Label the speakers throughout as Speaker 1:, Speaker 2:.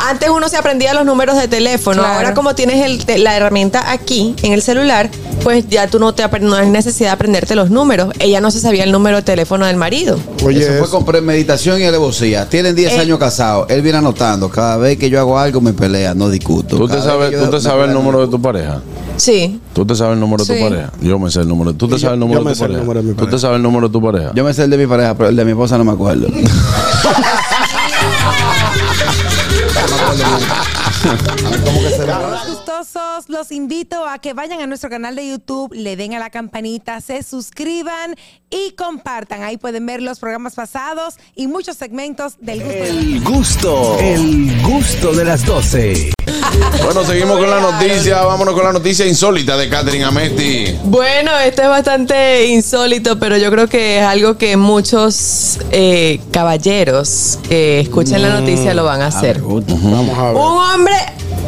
Speaker 1: Antes uno se aprendía los números de teléfono.
Speaker 2: Claro.
Speaker 1: Ahora como tienes el te- la herramienta aquí en el celular, pues ya tú no te apre- no hay necesidad de aprenderte los números. Ella no se sabía el número de teléfono del marido.
Speaker 3: Oye,
Speaker 4: Eso fue
Speaker 3: eso.
Speaker 4: con premeditación y alevosía. Tienen 10
Speaker 1: Eh.
Speaker 4: años casados. Él viene anotando. Cada vez que yo hago algo, me pelea, no discuto.
Speaker 5: ¿Tú te
Speaker 4: Cada
Speaker 5: sabes,
Speaker 4: vez que
Speaker 5: tú
Speaker 4: yo-
Speaker 5: te
Speaker 4: me
Speaker 5: sabes el
Speaker 4: pelea,
Speaker 5: número
Speaker 4: no
Speaker 5: de tu pareja?
Speaker 1: Sí.
Speaker 5: ¿Tú te sabes el número de
Speaker 2: Sí.
Speaker 5: tu pareja? Yo me sé el número. de- ¿Tú te
Speaker 3: Y
Speaker 5: sabes el
Speaker 3: yo-
Speaker 5: número
Speaker 3: yo
Speaker 5: de
Speaker 3: me
Speaker 5: tu
Speaker 3: sé el
Speaker 5: pareja?
Speaker 3: número de mi
Speaker 5: ¿Tú
Speaker 3: pareja.
Speaker 5: te sabes el número de tu pareja?
Speaker 4: Yo me sé el de mi pareja, pero el de mi esposa no me acuerdo. No me acuerdo nunca.
Speaker 2: gustosos, los invito a que vayan a nuestro canal de YouTube, le den a la campanita, se suscriban y compartan. Ahí pueden ver los programas pasados y muchos segmentos del gusto. de la-
Speaker 6: El gusto, el gusto de las 12.
Speaker 5: Bueno, seguimos con la noticia. Vámonos con la noticia insólita de Catherine Amesti.
Speaker 1: Bueno, esto es bastante insólito, pero yo creo que es algo que muchos eh, caballeros que escuchen la noticia lo van a hacer.
Speaker 3: Vamos Mm, a ver.
Speaker 1: Un hombre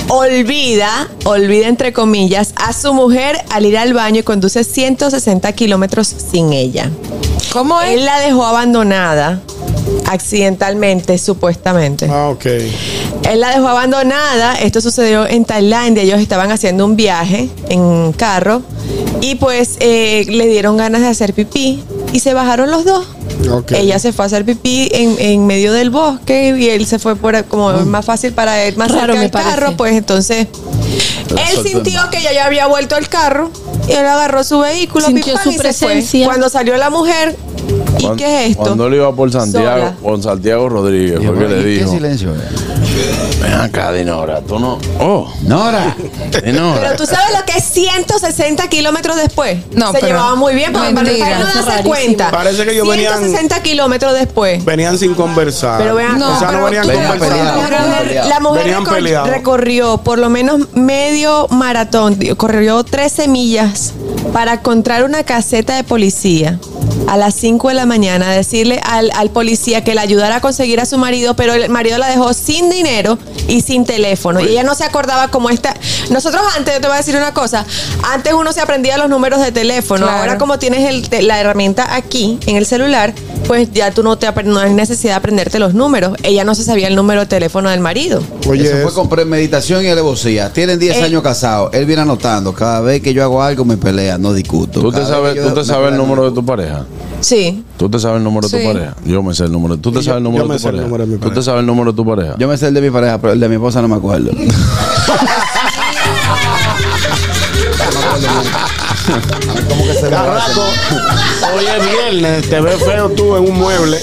Speaker 1: olvida, olvida entre comillas, a su mujer al ir al baño y conduce 160 kilómetros sin ella.
Speaker 2: ¿Cómo es?
Speaker 1: Él la dejó abandonada, accidentalmente, supuestamente.
Speaker 3: Ah, ok.
Speaker 1: Él la dejó abandonada. Esto sucedió en Tailandia. Ellos estaban haciendo un viaje en carro y pues eh, le dieron ganas de hacer pipí y se bajaron los dos.
Speaker 3: Ok.
Speaker 1: Ella se fue a hacer pipí en, en medio del bosque y él se fue por como más fácil para él, más cerca
Speaker 2: Raro me
Speaker 1: del carro.
Speaker 2: parece.
Speaker 1: Pues entonces
Speaker 4: La
Speaker 1: él
Speaker 4: soltó en
Speaker 1: sintió
Speaker 4: banda.
Speaker 1: que ella ya había vuelto al carro y él agarró su vehículo
Speaker 7: Sintió
Speaker 1: pipán,
Speaker 7: su
Speaker 1: y se fue.
Speaker 7: presencia.
Speaker 1: Cuando salió la mujer, ¿y
Speaker 5: Cuan-
Speaker 1: qué es esto?
Speaker 5: Cuando él iba por Santiago,
Speaker 1: Sola.
Speaker 5: por Santiago Rodríguez,
Speaker 4: Digo,
Speaker 5: fue que
Speaker 4: "Ay,
Speaker 5: le
Speaker 4: ¿Qué
Speaker 5: dijo.
Speaker 4: silencio? eh?
Speaker 5: Ven acá, Dinora, tú no. Oh,
Speaker 4: Nora.
Speaker 1: Pero
Speaker 5: Dinora.
Speaker 1: tú sabes lo que es 160 kilómetros después.
Speaker 2: No,
Speaker 1: se
Speaker 2: pero-
Speaker 1: llevaban muy bien, pero para
Speaker 2: Mentira,
Speaker 1: no
Speaker 7: eso es
Speaker 1: darse
Speaker 7: rarísimo.
Speaker 1: cuenta.
Speaker 3: Parece que ellos venían-
Speaker 1: 160 kilómetros después.
Speaker 3: Venían sin conversar.
Speaker 1: Pero vean-
Speaker 3: o sea, no
Speaker 1: pero-
Speaker 3: venían
Speaker 1: pero-
Speaker 4: Venían
Speaker 3: conversando.
Speaker 4: peleados.
Speaker 1: pero la mujer- la mujer
Speaker 3: Venían
Speaker 1: recor-
Speaker 3: peleados.
Speaker 1: recorrió por lo menos medio maratón, di- corrió 13 millas para encontrar una caseta de policía a las 5 de la mañana, decirle al, al policía que la ayudara a conseguir a su marido, pero el marido la dejó sin dinero y sin teléfono. Y ella no se acordaba cómo está. Nosotros antes, yo te voy a decir una cosa, antes uno se aprendía los números de teléfono,
Speaker 2: Claro.
Speaker 1: ahora como como tienes el te- la herramienta aquí en el celular, pues ya tú no te apre- no hay necesidad de aprenderte los números. Ella no se sabía el número de teléfono del marido.
Speaker 3: Oye,
Speaker 4: Eso fue
Speaker 3: eso.
Speaker 4: con premeditación y alevosía. Tienen 10
Speaker 1: Eh.
Speaker 4: años casados. Él viene anotando. Cada vez que yo hago algo, me pelea, no discuto.
Speaker 5: ¿Tú te
Speaker 4: Cada
Speaker 5: sabes,
Speaker 4: vez que
Speaker 5: tú
Speaker 4: yo-
Speaker 5: te
Speaker 4: me
Speaker 5: sabes el
Speaker 4: pelea, no
Speaker 5: número de tu pareja?
Speaker 1: Sí.
Speaker 5: ¿Tú te sabes el número de
Speaker 2: Sí.
Speaker 5: tu pareja? Yo me sé el número. ¿Tú te
Speaker 3: Yo-
Speaker 5: sabes el
Speaker 3: yo
Speaker 5: número
Speaker 3: me
Speaker 5: de tu
Speaker 3: sé el
Speaker 5: pareja?
Speaker 3: número de mi
Speaker 5: ¿Tú te
Speaker 3: pareja.
Speaker 5: sabes el número de tu pareja?
Speaker 4: Yo me sé el de mi pareja, pero el de mi esposa no me acuerdo.
Speaker 3: Carraco, hoy es viernes, te ves feo tú en un mueble.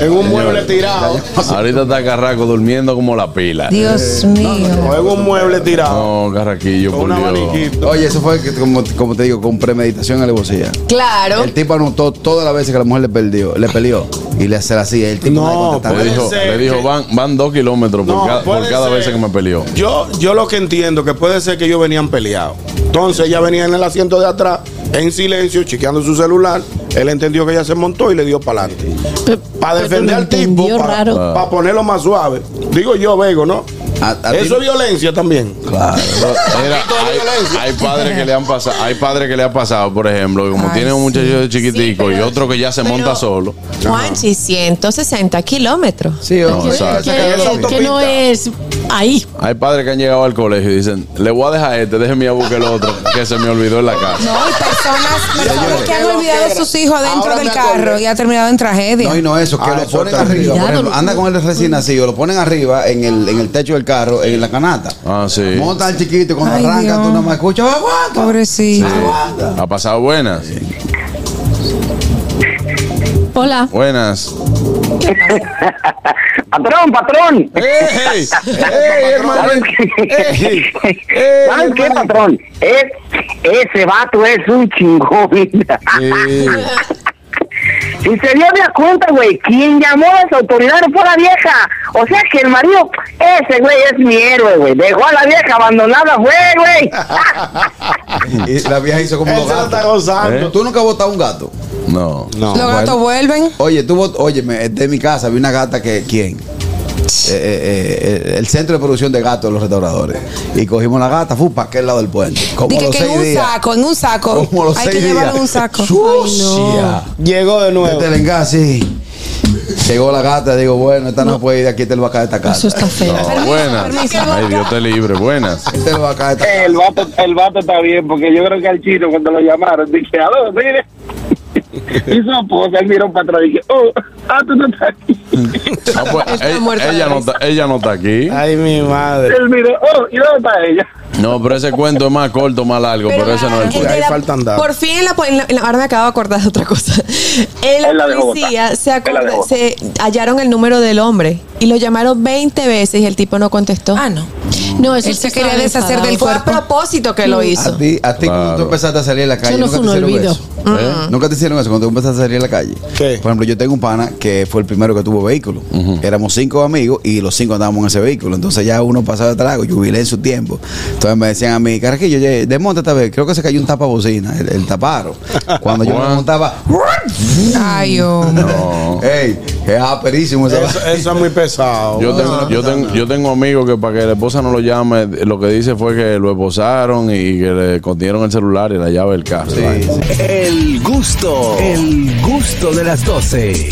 Speaker 3: En un mueble tirado.
Speaker 5: Ahorita está Carraco durmiendo como la pila.
Speaker 2: Dios mío.
Speaker 3: O en un mueble tirado.
Speaker 5: No, Carraquillo,
Speaker 3: Con un
Speaker 5: por Dios.
Speaker 3: abaniquito.
Speaker 4: Oye, eso fue que, como, como te digo, con premeditación y alevosía.
Speaker 1: Claro.
Speaker 4: El tipo anotó todas las veces que la mujer le perdió, le peleó y le hace así. El tipo
Speaker 3: No,
Speaker 4: nadie contestaba.
Speaker 5: Le
Speaker 3: Puede
Speaker 5: pues dijo,
Speaker 3: ser
Speaker 5: le dijo
Speaker 3: que-
Speaker 5: van, van dos kilómetros por
Speaker 3: No,
Speaker 5: cada, por
Speaker 3: puede
Speaker 5: cada
Speaker 3: ser.
Speaker 5: vez que me peleó.
Speaker 3: Yo, yo lo que entiendo que puede ser que ellos venían peleados. Entonces ella venía en el asiento de atrás, en silencio, chequeando su celular. Él entendió que ella se montó y le dio para adelante. Para defender al tipo, para
Speaker 7: raro.
Speaker 3: pa ponerlo más suave. Digo yo, Vego, ¿no?
Speaker 4: Ah. A- a ti-
Speaker 3: Eso es violencia también.
Speaker 4: Claro.
Speaker 5: Mira, hay, hay padres que le han pasado, hay padres que le ha pasado, por ejemplo, que como
Speaker 2: Ay,
Speaker 5: tiene un muchacho de chiquitico
Speaker 1: Sí, pero-
Speaker 5: y otro que ya se
Speaker 1: pero-
Speaker 5: monta solo.
Speaker 1: Juanchi, 160 kilómetros.
Speaker 4: Sí,
Speaker 5: No,
Speaker 4: oye,
Speaker 5: exacto.
Speaker 4: saca de la
Speaker 7: Que, que no es ahí.
Speaker 5: Hay padres que han llegado al colegio y dicen, le voy a dejar este, déjeme ir a buscar el otro, que se me olvidó en la casa.
Speaker 2: No, y personas, personas
Speaker 4: Señores.
Speaker 2: que han olvidado a sus hijos adentro
Speaker 3: Ahora
Speaker 2: del
Speaker 3: me acordé.
Speaker 2: carro y ha terminado en tragedia.
Speaker 4: No, y no eso, que
Speaker 3: Ah,
Speaker 4: lo
Speaker 3: eso
Speaker 4: ponen
Speaker 3: está
Speaker 4: arriba.
Speaker 7: bien.
Speaker 4: Por ejemplo, anda con el recién nacido, lo ponen arriba en el, en el techo del carro, en la canasta.
Speaker 5: Ah, sí.
Speaker 4: Monta al chiquito y cuando
Speaker 2: Ay,
Speaker 4: arranca,
Speaker 2: Dios.
Speaker 4: tú no me escuchas. ¡Aguanta!
Speaker 2: Pobrecito.
Speaker 4: Aguanta.
Speaker 5: Ha pasado buenas.
Speaker 7: Hola.
Speaker 5: Buenas.
Speaker 8: Patrón, patrón.
Speaker 5: ¡Ey! ¡Ey, hermano!
Speaker 8: ¿Saben
Speaker 5: ¡Ey!
Speaker 8: qué,
Speaker 5: ¡Ey,
Speaker 8: ¿Saben qué,
Speaker 5: hermano!
Speaker 8: patrón? Es, ese vato es un chingón.
Speaker 5: Sí.
Speaker 8: Si se dio de cuenta, güey, quien llamó a las autoridades fue la vieja. O sea que el marido, ese güey es mi héroe, güey. Dejó a la vieja abandonada, güey, güey.
Speaker 4: Y la vieja hizo como
Speaker 3: Él
Speaker 4: los
Speaker 3: se la está
Speaker 4: gatos.
Speaker 3: gozando.
Speaker 2: ¿Eh?
Speaker 4: Tú nunca has botado un gato.
Speaker 5: No.
Speaker 3: No.
Speaker 2: Los gatos vuelven.
Speaker 4: Oye, tú, bot- óyeme, de mi casa vi una gata que, ¿quién? Eh, eh, eh, el centro de producción de gatos de los restauradores. Y cogimos la gata, fu, para aquel lado del puente. Como
Speaker 2: Dije
Speaker 4: los
Speaker 2: que en
Speaker 4: seis
Speaker 2: un
Speaker 4: días.
Speaker 2: saco, en un saco.
Speaker 4: Como los
Speaker 2: Hay
Speaker 4: seis
Speaker 2: que llevarlo
Speaker 4: días.
Speaker 2: en un saco.
Speaker 4: Sucia.
Speaker 3: Llegó de
Speaker 4: Te
Speaker 3: nuevo.
Speaker 4: telengá así. Llegó la gata, digo, bueno, esta no, puede ir, aquí te lo va a caer esta casa.
Speaker 7: Eso está feo.
Speaker 5: No, Ah, buenas. Ay, Dios te libre. Buenas.
Speaker 4: Este lo va a caer esta
Speaker 8: Eh,
Speaker 9: El vato, el vato está bien, porque yo creo que al chino cuando lo llamaron, dije, aló, mire. Y su esposa, él miró para atrás y dije, oh, ah, tú no estás aquí.
Speaker 5: Ah, pues,
Speaker 1: Está
Speaker 5: ella,
Speaker 1: muerta de
Speaker 5: ella no
Speaker 1: risa.
Speaker 5: está, ella no está aquí.
Speaker 10: Ay, mi madre.
Speaker 9: Él miró, oh, ¿y dónde está ella?
Speaker 5: No, pero ese cuento es más corto, más largo, pero, ese no es
Speaker 1: el
Speaker 5: el cuento.
Speaker 1: de la-
Speaker 3: faltan datos.
Speaker 1: Por fin, en la, en la- en la- ahora me acabo de acordar de otra cosa. En
Speaker 9: Es la
Speaker 1: la
Speaker 9: de Bogotá.
Speaker 1: policía se,
Speaker 9: Es la de
Speaker 1: acordó-
Speaker 9: Bogotá.
Speaker 1: se hallaron el número del hombre y lo llamaron 20 veces y el tipo no contestó.
Speaker 2: Ah, no.
Speaker 7: No, eso
Speaker 2: Él
Speaker 7: sí
Speaker 2: se quería
Speaker 7: estaba
Speaker 2: deshacer
Speaker 7: enfadado.
Speaker 2: del
Speaker 1: Fue a
Speaker 2: cuerpo.
Speaker 1: propósito que lo hizo.
Speaker 4: A ti, a ti cuando tú
Speaker 5: Claro. ¿Eh?
Speaker 4: empezaste a salir a la calle,
Speaker 7: no
Speaker 4: nunca
Speaker 7: fue
Speaker 4: te
Speaker 7: un
Speaker 4: hicieron
Speaker 7: olvido. Mm.
Speaker 4: eso. Nunca te hicieron eso cuando tú empezaste a salir a la calle.
Speaker 3: ¿Qué?
Speaker 4: Por ejemplo, yo tengo un pana que fue el primero que tuvo vehículo. Éramos cinco amigos y los cinco andábamos en ese vehículo. Entonces ya uno pasaba de trago, jubilé en su tiempo. Entonces me decían a mí, carajillo, oye, desmonta esta vez. Creo que se cayó un tapabocina, el, el taparo. Cuando yo me
Speaker 5: Juan.
Speaker 4: montaba,
Speaker 2: Ay, hombre.
Speaker 5: No. Eh,
Speaker 4: ¡ey! Es aperísimo esa
Speaker 3: Eso, eso es muy pesado.
Speaker 5: Yo tengo, yo, tengo, yo tengo amigos que para que la esposa no lo llame, lo que dice fue que lo esposaron y que le escondieron el celular y la llave del carro.
Speaker 4: vaina.
Speaker 6: El gusto, el gusto de las 12.